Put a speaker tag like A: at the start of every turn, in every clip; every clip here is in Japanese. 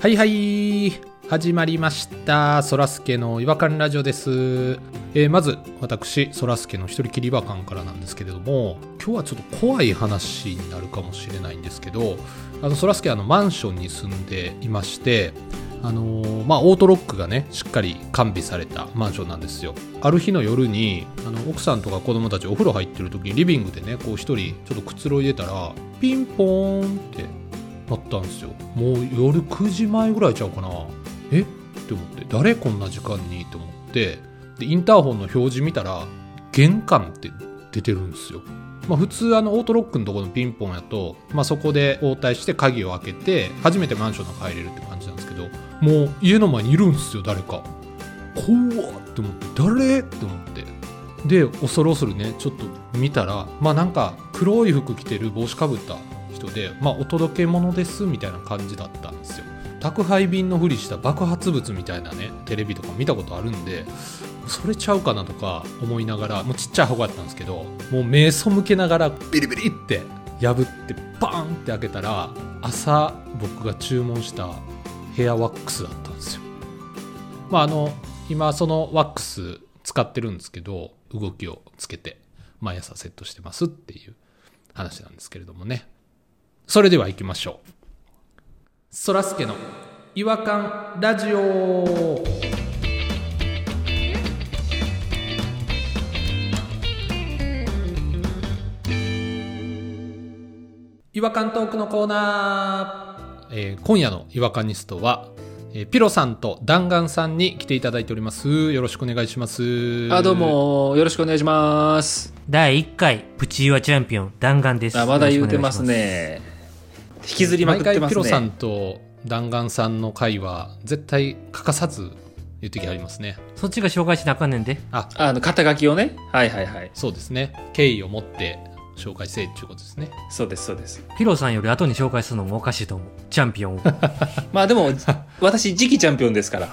A: はいはい始まりましたそらすけの違和感ラジオです、えーまず私そらすけの一人きり違和感からなんですけれども今日はちょっと怖い話になるかもしれないんですけどあのそらすけあのマンションに住んでいましてあのーまあ、オートロックがねしっかり完備されたマンションなんですよある日の夜にあの奥さんとか子供たちお風呂入ってる時にリビングでねこう一人ちょっとくつろいでたらピンポーンってなったんですよもう夜9時前ぐらいちゃうかなえって思って誰こんな時間にって思ってでインターホンの表示見たら玄関って出てるんですよまあ、普通あのオートロックのところのピンポンやと、まあ、そこで応対して鍵を開けて初めてマンションの中入れるって感じなんですけどもう家の前にいるんですよ誰か怖っって思って誰って思ってで恐る恐るねちょっと見たらまあなんか黒い服着てる帽子かぶった人でまあお届け物ですみたいな感じだったんですよ宅配便のふりした爆発物みたいなねテレビとか見たことあるんでそれちゃうかなとか思いながらもうちっちゃい箱だったんですけどもう目背けながらビリビリって破ってバーンって開けたら朝僕が注文したヘアワックスだったんですよ。まああの今そのワックス使ってるんですけど動きをつけて毎朝セットしてますっていう話なんですけれどもねそれでは行きましょうそらすけの違和感ラジオ違和感トークのコーナー、えー今夜の違和感ニストは、えーピロさんと弾丸さんに来ていただいておりますよろしくお願いします
B: あどうもよろしくお願いします
C: 第1回プチユアチャンピオン弾丸です
B: あまだ言うてますね引きずりまくって
A: 毎回
B: ま
A: ピ
B: す
A: ロさ
B: ね
A: んと弾丸さんの会は絶対欠かさず言ってきはりますね
C: そっちが紹介しなあかんねんで
A: あ
B: あの肩書きをねはいはいはい
A: そうですね敬意を持って紹介せえっていうことですね
B: そうですそうです
C: ピロさんより後に紹介するのもおかしいと思うチャンピオンを
B: まあで も私次期チャンピオンですから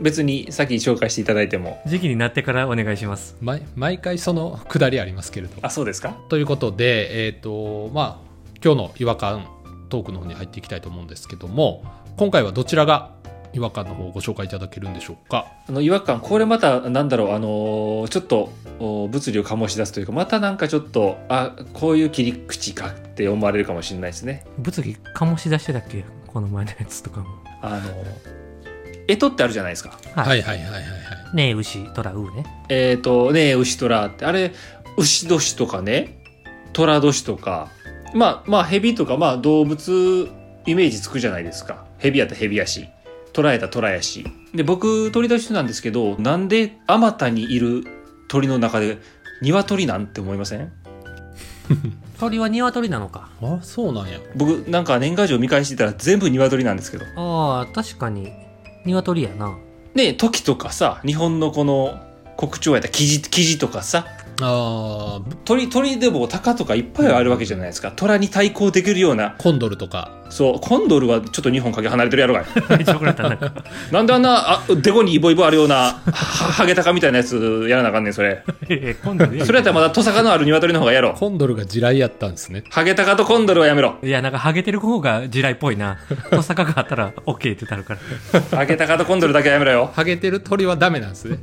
B: 別に先紹介していただいても
C: 時期になってからお願いします
A: 毎毎回そのくだりありますけれど
B: あそうですか
A: ということでえっ、とまあ今日の違和感トークの方に入っていきたいと思うんですけども今回はどちらが違和感の方をご紹介いただけるんでしょうか
B: あの違和感これまたなんだろうあのーちょっとお物理を醸し出すというかまたなんかちょっとあこういう切り口かって思われるかもしれないですね
C: 物議醸し出してたっけこの前のやつとかも
B: あのえとってあるじゃないですか
C: はい
A: はいはいはいはいはい
C: ねえ牛トラウーね
B: えっ、とね牛虎ってあれ牛年とかね虎年とかまあまあ蛇とかまあ動物イメージつくじゃないですか蛇やったら蛇やし虎やったら虎やしで僕鳥年なんですけどなんであまたにいる鳥の中で鶏なんて思いません
C: 鳥は鶏なのか
A: あそうなんや
B: 僕なんか年賀状見返してたら全部鶏なんですけど
C: あー確かに鶏や な
B: ね時とかさ日本のこの国鳥やったらキジキジとかさ
A: あー
B: 鳥鳥でも鷹とかいっぱいあるわけじゃないですか虎に対抗できるような
A: コンドルとか
B: そう、コンドルはちょっと日本影離れてるやろが い。
C: めちゃくらたなんか
B: なんであんな、あ、デコにイボイボあるような、はハゲタカみたいなやつやらなあかんねん、そ れ。
C: ええ今度
B: それやったらまだトサカのある鶏の方がやろう。
A: コンドルが地雷やったんですね
B: ハゲタカとコンドルはやめろ。
C: いやなんかハゲてる方が地雷っぽいな小坂があったら OK ってなるから
B: ハゲタカとコンドルだけはやめろよ。
A: ハゲてる鳥はダメなんです ね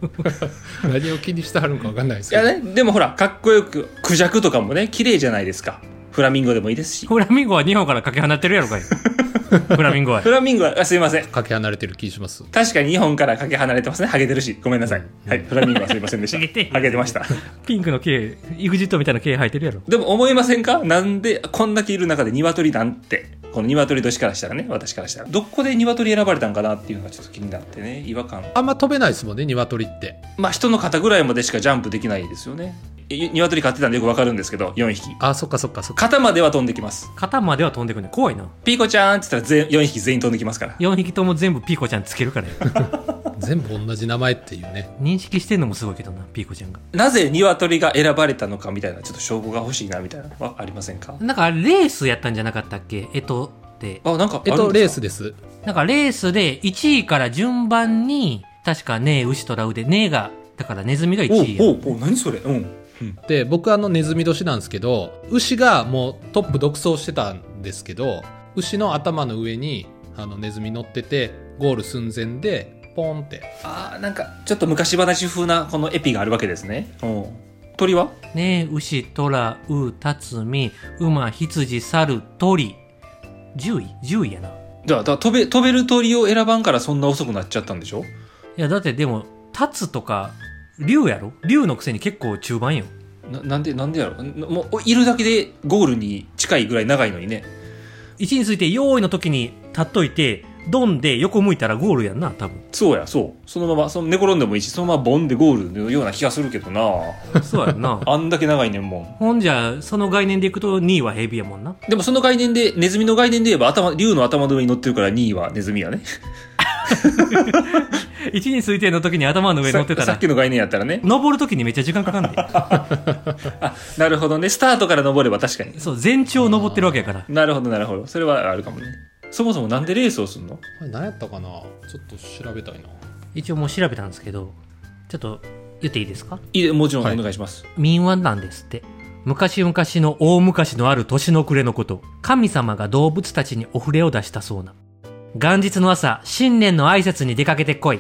A: 何を気にしてはるのか分かんないです
B: い
A: けど
B: やね、でもほら、かっこよく、クジャクとかもね、綺麗じゃないですか。フラミンゴでもいいですし。
C: フラミンゴは日本からかけ離れてるや ろかいフラミンゴは
B: フラミンゴは、あすいません。
A: かけ離れてる気します
B: 確かに日本からかけ離れてますね。ハゲてるし。ごめんなさい。はい、フラミンゴはすいませんでし
C: ハゲてへん
B: た。ハゲてました。
C: ピンクの毛、イグジットみたいな毛生えてるやろ。
B: でも思いませんかなんで、こんだけいる中で鶏なんて。この鶏年からしたらね、私からしたら。どこで鶏選ばれたんかなっていうのがちょっと気になってね、違和感。
A: あんま飛べないですもんね鶏って
B: まあ人の肩ぐらいまでしかジャンプできないですよね。い鶏飼ってたんでよくわかるんですけど、4匹。
A: あそっかそっかそっか
B: 肩までは飛んできます。
C: 肩までは飛んでくるね。怖いな。
B: ピーコちゃんって言ったら4匹全員飛んできますから。
C: 4匹とも全部ピーコちゃんつけるから よ
A: 全部同じ名前っていうね
C: 認識してんのもすごいけどな、ピーコちゃんが。
B: なぜ鶏が選ばれたのかみたいな、ちょっと証拠が欲しいなみたいなのはありませんか
C: なんかあれレースやったんじゃなかったっけえとって。
B: あ、なんかあ
A: えっ
B: る
A: と
B: んで
A: レース
B: すか
A: です
C: なんかレースで1位から順番に、確かねえ、牛とラウで、ねえが、だからネズミが1位
B: お
C: や。
B: うおうおう何それうん。
A: で僕あのネズミ年なんですけど牛がもうトップ独走してたんですけど牛の頭の上にあのネズミ乗っててゴール寸前でポンって
B: ああなんかちょっと昔話風なこのエピがあるわけですね、うん、鳥は
C: ねえ、牛、虎、う、たつみ、馬、羊、猿、鳥。10位 ?10 位やな。い
B: じゃあだ飛べ飛べる鳥を選ばんからそんな遅くなっちゃったんでしょ
C: や、だってでも、立つとか、竜やろ竜のくせに結構中盤よ。
B: ななんでなんでやろんもういるだけでゴールに近いぐらい長いのにね
C: 位について、用意の時に立っといて、ドンで横向いたらゴールやんな、多分。
B: そうやそうそのままその寝転んでもいいしそのままボンでゴールのような気がするけどな。
C: そうやんな
B: あんだけ長いねんもん
C: ほんじゃ、その概念でいくと2位はヘビやもんな。
B: でもその概念でネズミの概念で言えば頭竜の頭の上に乗ってるから2位はネズミやね
C: 1に推定の時に頭の上乗ってた
B: ささっ
C: ら、
B: きの概念やったらね
C: 登る時にめっちゃ時間かかんね
B: あなるほどねスタートから登れば確かに
C: んそう、全長登ってるわけやから。
B: なるほどなるほどそれはあるかもねそもそもなんでレースをするの
A: これ何やったかなちょっと調べたいな
C: 一応もう調べたんですけど、ちょっと言っていいですか
B: いいえもちろんお
A: はい
B: 願いします、
C: 民話なんですって。昔々の大昔のある年の暮れのこと、神様が動物たちにお触れを出したそうな。元日の朝、新年の挨拶に出かけてこい。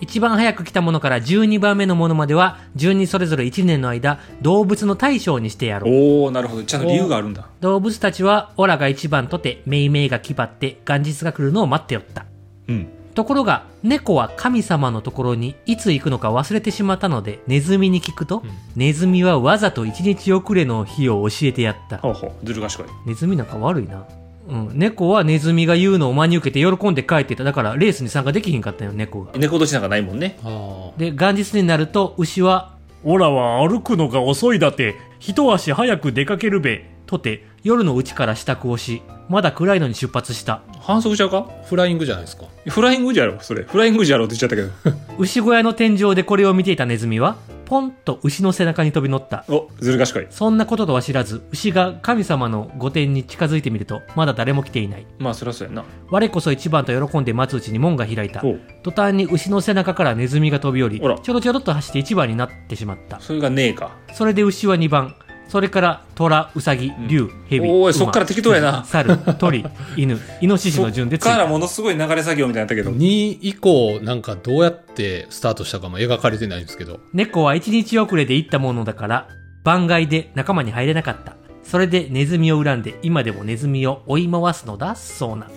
C: 一番早く来たものから12番目のものまでは、順にそれぞれ1年の間、動物の対象にしてやろう。
B: おおなるほどちゃんと理由があるんだ
C: 動物たちはオラが一番とてメイメイが気張って元日が来るのを待っておった
B: うん
C: ところが猫は神様のところにいつ行くのか忘れてしまったのでネズミに聞くと、
A: うん
C: ネズミはわざと一日遅れの日を教えてやった
B: ほうほうずる賢い
C: ネズミなんか悪いなうん、猫はネズミが言うのを真に受けて喜んで帰っていただからレースに参加できひんかったよ猫が
B: 猫年なんかないもんね
A: あ
C: で元日になると牛は「オラは歩くのが遅いだて一足早く出かけるべ」とて夜のうちから支度をしまだ暗いのに出発した
B: 反則ちゃうか
A: フライングじゃないですか
B: フライングじゃろそれフライングじゃろって言っちゃったけど
C: 牛小屋の天井でこれを見ていたネズミはポンと牛の背中に飛び乗った
B: おずる賢い
C: そんなこととは知らず牛が神様の御殿に近づいてみるとまだ誰も来ていない
B: まあそりゃそうやな
C: 我こそ一番と喜んで待つうちに門が開いた
B: ほう
C: 途端に牛の背中からネズミが飛び降り
B: あら
C: ちょろちょろっと走って一番になってしまった
B: それがねえか
C: それで牛は2番それから虎ウサギ竜蛇
B: おい
C: 馬
B: そっから適当やな
C: 猿鳥犬イノシシの順で
B: そっからものすごい流れ作業みたいになったけど
A: 2以降なんかどうやってスタートしたかも描かれてないんですけど
C: 猫は1日遅れで行ったものだから番外で仲間に入れなかったそれでネズミを恨んで今でもネズミを追い回すのだそうな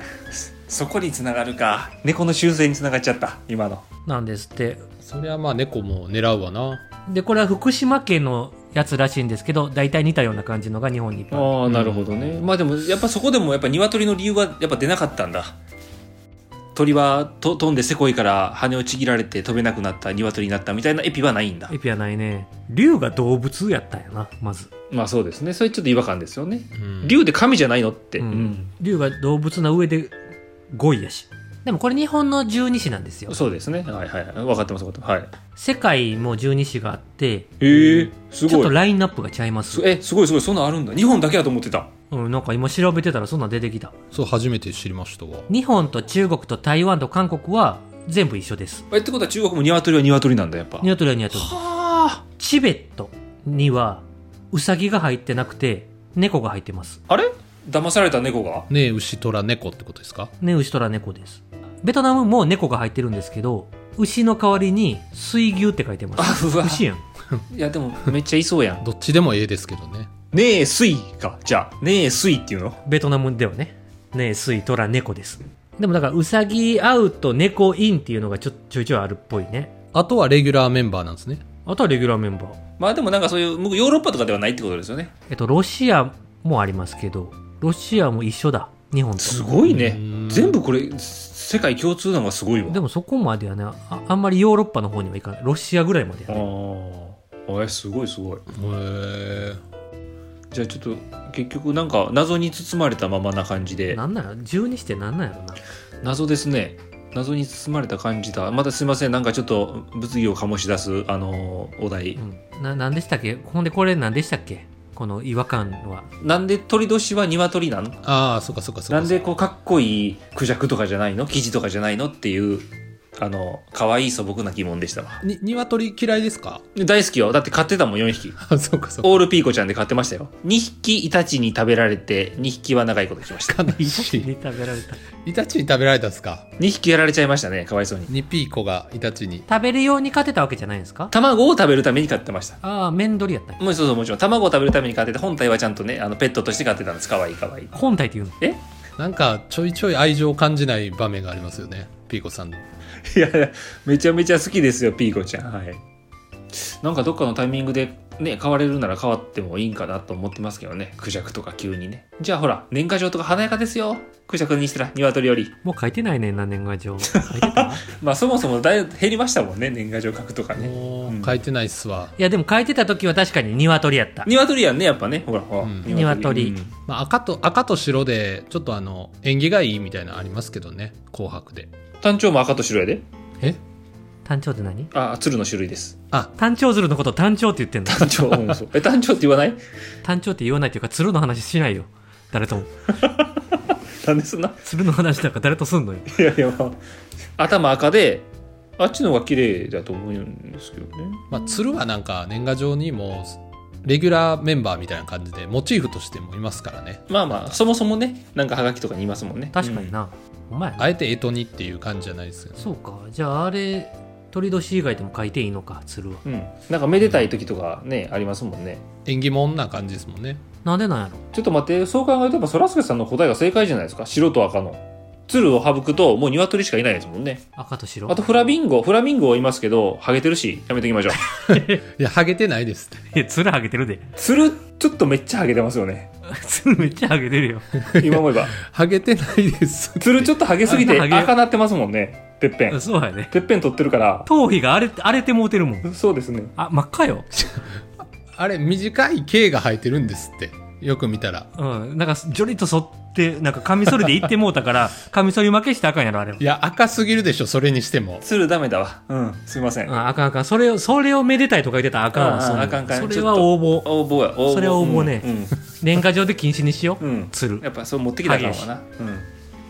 B: そこにつながるか猫の修正につながっちゃった今の
C: なんですって
A: そりゃまあ猫も狙うわな
C: でこれは福島県のやつらしいんですけど大体似たような感じのが日本にいっぱいある
B: ああなるほどね、まあでもやっぱそこでもやっぱ鶏の理由はやっぱ出なかったんだ鳥はと飛んでせこいから羽をちぎられて飛べなくなった鶏になったみたいなエピはないんだ
C: エピはないね竜が動物やったんやなまず
B: まあそうですねそれちょっと違和感ですよね
A: うん
B: 竜で神じゃないのって、
C: うん竜が動物の上で5位やしでもこれ日本の十二支なんですよ
B: そうですねはいはい分かってます分かってますはい
C: 世界も十二支があって
B: へえす
C: ちょっ
B: ご
C: と
B: い
C: ラインナップが違います
B: すえすごいすごいそんなんあるんだ日本だけだと思ってた
C: うんなんか今調べてたらそんなん出てきた
A: そう初めて知りましたわ
C: 日本と中国と台湾と韓国は全部一緒です
B: えってことは中国も鶏は鶏なんだやっぱは
C: ニワトリはニワトリ
B: あ
C: チベットにはウサギが入ってなくて猫が入ってます
B: あれ騙された猫が
A: ねえ牛虎猫ってことですか
C: ね牛とら猫ですベトナムも猫が入ってるんですけど牛の代わりに水牛って書いてま
B: あ
C: す
B: うわ
C: 牛やん
B: いやでもめっちゃいそうやん
A: どっちでもええですけどね
B: ねえ水かじゃあねえ水っていうの
C: ベトナムではね。ねえ、スイ、トラ、猫です。でもだから、ウサギアウト、猫インっていうのがちょちょいちょいあるっぽいね。
A: あとはレギュラーメンバーなんですね
C: あとはレギュラーメンバー。
B: まあでもなんかそういう向こうヨーロッパとかではないってことですよね
C: えっと、ロシアもありますけど、ロシアも一緒だ。日本
B: す
C: と。
B: ごいね
A: うん
B: 全部これ世界共通なのがすごいわ
C: でもそこまではねあ、あんまりヨーロッパの方にはいかない。ロシアぐらいまで
B: あ
C: やね。
B: ーあえすごいすごい
A: へえ
B: じゃあちょっと結局なんか謎に包まれたままな感じで
C: なんなんやろ十二してなんなんやろな。
B: 謎ですね謎に包まれた感じだまたすいませんなんかちょっと物議を醸し出すあのーお題
C: うん。な、なんでしたっけほんでこれなんでしたっけこの違和感は。
B: なんで鳥年は鶏なん
A: ああそっかそっかそっか
B: なんでこうかっこいいクジャクとかじゃないの生地とかじゃないのっていうあの、可愛い素朴な疑問でしたわ。
A: に、鶏嫌いですか
B: 大好きよ。だって飼ってたもん、4匹。
A: あ、そうかそうか。
B: オールピーコちゃんで飼ってましたよ。2匹イタチに食べられて、2匹は長いこと来ました。
A: 悲しい。
C: 一に食べられた。
A: イタチに食べられたんですか
B: 2匹やられちゃいましたね、かわいそうに。
A: ニピーコがイタチに。
C: 食べるように勝てたわけじゃないんですか
B: 卵を食べるために飼ってました。
C: ああ、面取りやったんや
B: もうそうそう、もちろん。卵を食べるために飼ってて、本体はちゃんとね、あの、ペットとして飼ってたんです。可愛い可愛い。
C: 本体っていうの。
B: え
A: なんか、ちょいちょい愛情を感じない場面がありますよね。ピーコさんの。
B: いやいや、めちゃめちゃ好きですよ、ピーコちゃん。はい。なんかどっかのタイミングで、ね、飼われるなら飼わってもいいんかなと思ってますけどね。クジャクとか急にね。じゃあほら、年賀状とか華やかですよ。クジャクにしたら、鶏より。
C: もう書いてないねんな、年賀状。書いてた
B: まあそもそもだいぶ減りましたもんね、年賀状書くとかね。
A: も
B: うん
A: う、書いてないっすわ。
C: いや、でも書いてた時は確かに鶏やった。
B: 鶏やんね、やっぱね。ほら、ほら
A: うん
C: 鶏
B: うん
A: まあ、赤と、赤と白で、ちょっとあの、縁起がいいみたいなのありますけどね。紅白で。
B: 単調も赤と白やで。
A: え
C: 単調って何
B: あ、鶴の種類です。
A: あ、
C: 単調鶴のこと単調って言ってんの。
B: 単調。 うんそうえ、単調って言わない
C: 単調って言わないというか、鶴の話しないよ。誰とも。
B: なんでそんな
C: 鶴の話なんか誰とすんのよ。
B: いやいや、まあ、頭赤で、あっちの方が綺麗だと思うんですけどね。
A: まあ、鶴はなんか年賀状にもレギュラーメンバーみたいな感じでモチーフとしてもいますからね
B: まあまあ、そもそもね、なんかハガキとかにいますもんね。
C: 確か
B: う
C: に
B: ん
C: な。お前、
A: あえて干支にっていう感じじゃないですよね
C: そうか。じゃああれ、鳥年以外でも書いていいのか、鶴は。
B: うん。なんかめでたい時とかね、ありますもんね。
A: 縁起物な感じですもんね
C: なんでなんやろ
B: ちょっと待って、そう考えるとやっぱそらすけさんの答えが正解じゃないですか。白と赤の。鶴を省くと、もう鶏しかいないですもんね。
C: 赤と白
B: あとフラミンゴ、フラミンゴはいますけど、ハゲてるし、やめておきましょう。
A: いやハゲてないですって
C: いや鶴ハゲてるで
B: 鶴、ちょっとめっちゃハゲてますよね。
C: 鶴めっちゃハゲてるよ
B: 今思えば。
A: ハゲてないですって
B: 鶴ちょっとハゲすぎて
C: あんなハゲ
B: 赤なってますもんね。てっぺん。
C: そうや ね
B: てっぺん取ってるから。
C: 頭皮が荒れ荒れてもうてるもん
B: そうですね。
C: あ真っ赤よ
A: あれ短い毛が生えてるんですってよく見たら
C: うんなんかジョリと剃ってなんかカミソリでいってもうたから カミソリ負けしてあかんやろあれはい
A: や赤すぎるでしょそれにしても
B: 鶴ダメだわ。うん。すいません。
C: ああかんあかんそれをそれをめでたいとか言ってたらあかんわ
B: あ
C: そんな
B: あかんあかん
C: そ
B: ち
C: れ
B: ょっ
C: は
B: と
C: 応募
B: 応募や。応募
C: それは応募ね
B: うん
C: 年賀状で禁止にしよう
B: うん。うん
C: 鶴
B: やっぱそう持ってきたらあかんわな。う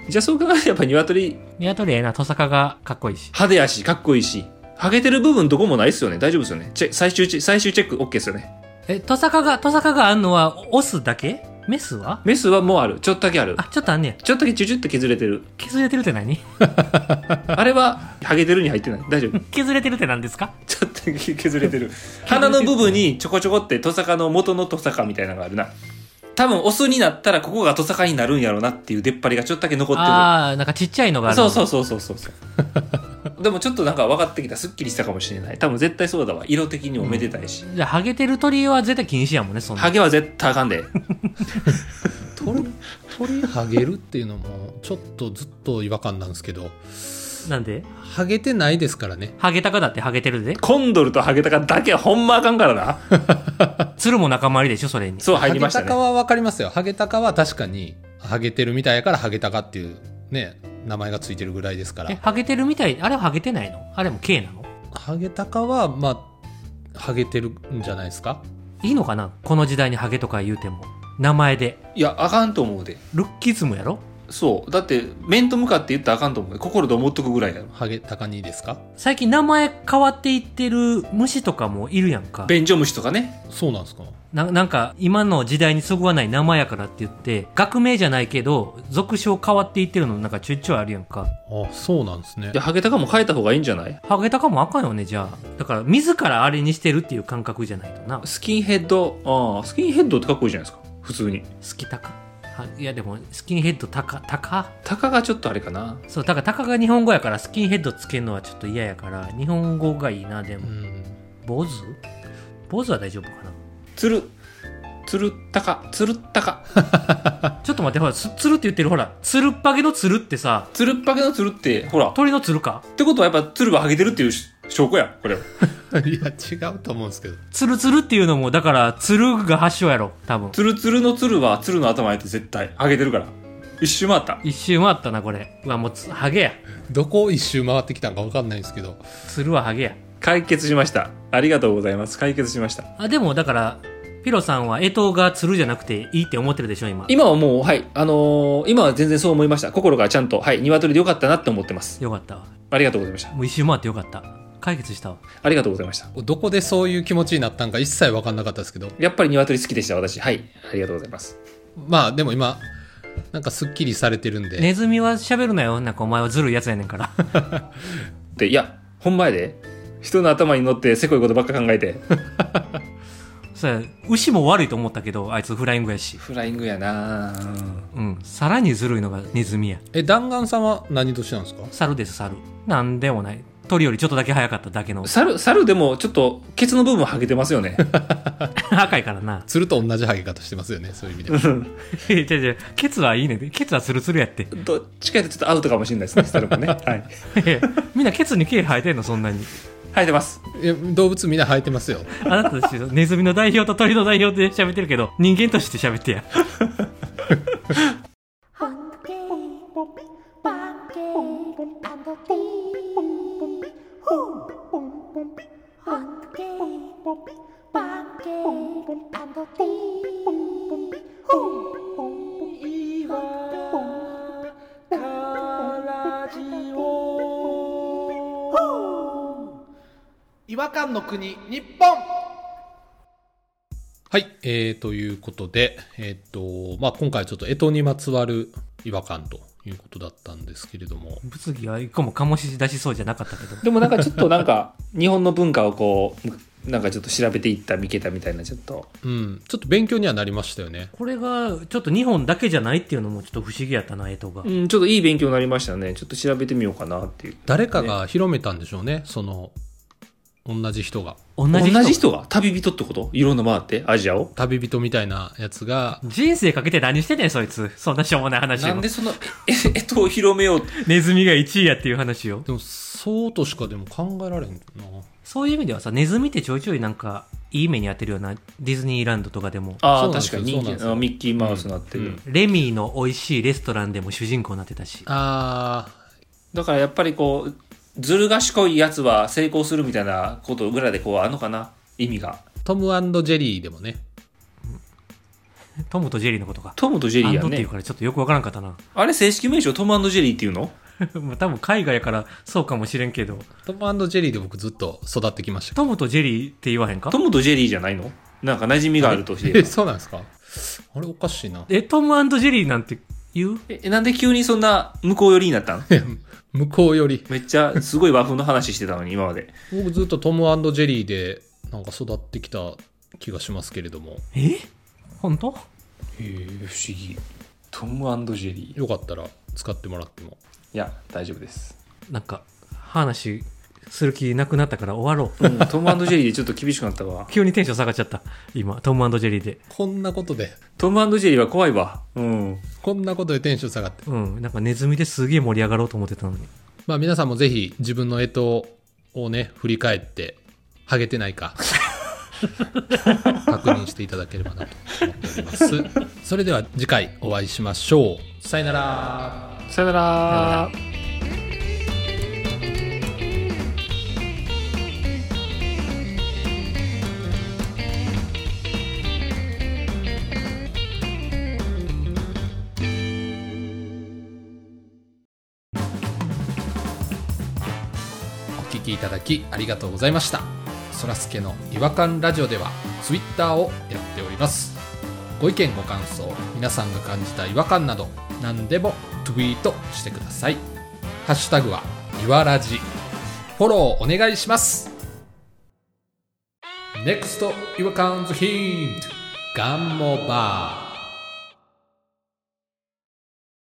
B: ん。じゃあそう考えるとやっぱ鶏、
C: ニワトリええなトサカがかっこいいし
B: 派手やし、かっこいいし、ハゲてる部分どこもないっすよね。大丈夫ですよね。チェ最終チェ、最終チェック OK ですよね。
C: えトサカがトサカがあんのはオスだけメスは
B: メスはもうある。ちょっとだけある
C: あ。ちょっとあんねや
B: ちょっとだけチュチュって削れてる。
C: 削れてるって何
B: あれは、ハゲてるに入ってない。大丈夫。
C: 削れてるって何ですか
B: ちょっとだけ削れてる。鼻の部分にちょこちょこってトサカの元のトサカみたいなのがあるな。多分オスになったらここがトサカになるんやろうなっていう出っ張りがちょっとだけ残ってる。
C: ああなんかちっちゃいのがある
B: そうそうそうそうそうそう でもちょっとなんか分かってきたすっきりしたかもしれない多分絶対そうだわ色的にもめでたいし、
C: じゃあハゲてる鳥は絶対禁止やもんねそんな
B: ハゲは絶対あかんで
A: 鳥鳥ハゲるっていうのもちょっとずっと違和感なんですけど
C: なんで
A: ハゲてないですからね
C: ハゲタカだってハゲてるで
B: コンドルとハゲタカだけはほんまあかんからな
C: 鶴も仲間入りでしょそれに
B: そう
A: ハ
B: 入り
A: ゲ
B: ました
A: タカ
B: ね
A: は分かりますよハゲタカは確かにハゲてるみたいやからハゲタカっていうね名前がついてるぐらいですから
C: えハゲてるみたいあれはハゲてないのあれも K なの
A: ハゲタカはまあハゲてるんじゃないですか
C: いいのかなこの時代にハゲとか言うても名前で
B: いやあかんと思うで
C: ルッキズムやろ
B: そうだって面と向かって言ったらあかんと思うで心と思っとくぐらいやろ
A: ハゲタカにですか
C: 最近名前変わっていってる虫とかもいるやんか
B: 便所虫とかね
A: そうなんですか
C: ななんか今の時代にそぐわない名前やからって言って学名じゃないけど俗称変わっていってるのなんかちょいちょいあるやんか
A: あそうなんですね
B: でハゲタカも変えた方がいいんじゃない
C: ハゲタカもあかんよねじゃあだから自らあれにしてるっていう感覚じゃないとな
B: スキンヘッドああスキンヘッドってかっこいいじゃないですか普通に
C: 好きタカはいやでもスキンヘッドタカタカ
B: タカがちょっとあれかな
C: そうだからタカが日本語やからスキンヘッドつけるのはちょっと嫌やから日本語がいいなで
A: う
C: も
A: ん
C: 坊主坊主は大丈夫かな
B: つるつるタカつるタカ
C: ちょっと待ってほらつつるって言ってるほらつるっぱげのつるってさ
B: つるっぱけのつるってほら
C: 鳥のつるか
B: ってことはやっぱ鶴がハゲてるっていうし証拠やこれは
A: いや違うと思うんですけど
C: つるつるっていうのもだからつるが発祥やろ多分
B: 鶴鶴の鶴は鶴の頭やって絶対ハゲてるから一周回った
C: 一周回ったなこれうわもうつハゲや
A: どこを一周回ってきたんか分かんないんですけど
C: つるはハゲや
B: 解決しましたありがとうございます解決しました
C: あでもだからピロさんは江藤が鶴じゃなくていいって思ってるでしょ、今。
B: 今はもう、はい、あのー今は全然そう思いました。心がちゃんと、はい、鶏でよかったなって思ってます。
C: よかったわ。
B: ありがとうございました。
C: もう一周回ってよかった。解決したわ。
B: ありがとうございました。
A: どこでそういう気持ちになったんか一切分かんなかったですけど
B: やっぱり鶏好きでした、私。はい、ありがとうございます。
A: まあでも今なんかすっきりされてるんで、
C: ネズミは喋るなよ。なんかお前はずるいやつやねんから。
B: で、いや、ほんまやで。人の頭に乗って、せこいことばっか考えて。
C: それ牛も悪いと思ったけど、あいつフライングやし。
B: フライングやな
C: うん。さらにずるいのがネズミや。
A: え弾丸さんは何年なんですか
C: 猿です、猿。なんでもない。鳥よりちょっとだけ早かっただけの。
B: 猿、猿でも、ちょっと、ケツの部分はげてますよね。
C: 赤いからな。
A: 鶴と同じハゲ方してますよねそういう意味で
C: いや違う違う。ケツはいいねん。ケツはツルツルやって。
B: どっちかやとちょっとアウトかもしれないですね、猿 もね。はい。
C: いやみんなケツに毛生えてんの、そんなに。
B: 生えてます。
A: いや動物みんな生えてますよ
C: あなたたち、ネズミの代表と鳥の代表で喋ってるけど、人間として喋ってや。
D: Hungry,
E: 違和感の国日本
A: はい、えー、ということで、えっ、と、まあ、今回はちょっと干支にまつわる違和感ということだったんですけれども、
C: 物議は一個も醸し出しそうじゃなかったけど。
B: でもなんかちょっとなんか、日本の文化をこう、なんかちょっと調べていった、見けたみたいな、ちょっと。
A: うん、ちょっと勉強にはなりましたよね。
C: これが、ちょっと日本だけじゃないっていうのもちょっと不思議やったな、江藤が
B: う。ん、ちょっといい勉強になりましたね。ちょっと調べてみようかなっていう。
A: 誰かが広めたんでしょうね、その、同じ人が。
C: 同
B: 同
C: じ
B: じ
C: 人。
B: 人が旅人ってこといろんな回って、アジアを。
A: 旅人みたいなやつが、
C: 人生かけて何してんねん、そいつ。そんなしょうもない話
B: な
C: を
B: んでその、え、 えっと、広めようって。
C: ネズミが1位やっていう話を。
A: でも、そうとしかでも考えられんな。
C: そういう意味ではさ、ネズミってちょいちょいなんか、いい目に当てるような、ディズニーランドとかでも。
B: あ
A: そうなん
B: あ、
A: です
B: 確か
A: よそ
B: に人
A: うなんです
B: 間、
A: よ
B: あミッキーマウスなってる。
A: うん
C: レミーの美味しいレストランでも主人公になってたし。
A: あ
B: だからやっぱりこう、ずる賢いやつは成功するみたいなことぐらいでこう、あんのかな意味が。
A: ー、トムジェリーでもね、
C: トムとジェリーのことか。
B: トムとジェリ
C: ア
B: ー
C: ン
B: や
C: ドってい
B: ね
C: う。からちょっとよくわからんかったな。
B: あれ正式名称トムジェリーっていうの
C: まあ多分海外やからそうかもしれんけど、
A: トムジェリーで僕ずっと育ってきましたけ
C: トムとジェリーって言わへんか
B: トムとジェリーじゃないのなんか馴染みがあるとして
A: ど。え、。 そうなんですかあれおかしいな。
C: え、トムジェリーなんて言う
B: え、なんで急にそんな向こう寄りになったん
A: 向こうより。
B: めっちゃすごい和風の話してたのに、今まで。
A: 僕ずっとトムジェリーでなんか育ってきた気がしますけれども
C: え本当
B: へえ、不思議。トムジェリー。い
A: よかったら使ってもらっても
B: や、大丈夫です。
C: なんか、話する気なくなったから終わろう。
B: うん、トムジェリーでちょっと厳しくなったわ。
C: 急にテンション下がっちゃった。今、トムジェリーで。
A: こんなことで
B: トムジェリーは怖いわ。うん。
A: こんなことでテンション下がって
C: うん、なんかネズミですげえ盛り上がろうと思ってたのに。
A: まあ皆さんもぜひ自分の干支をね振り返ってハゲてないか確認していただければなと思っておりますそれでは次回お会いしましょうさよなら
B: さよなら。
A: お聞きいただきありがとうございましたそらすけの違和感ラジオではツイッターをやっておりますご意見ご感想皆さんが感じた違和感など何でもツイートしてくださいハッシュタグはいわらじフォローお願いします NEXT 違和感ズヒントガンモバー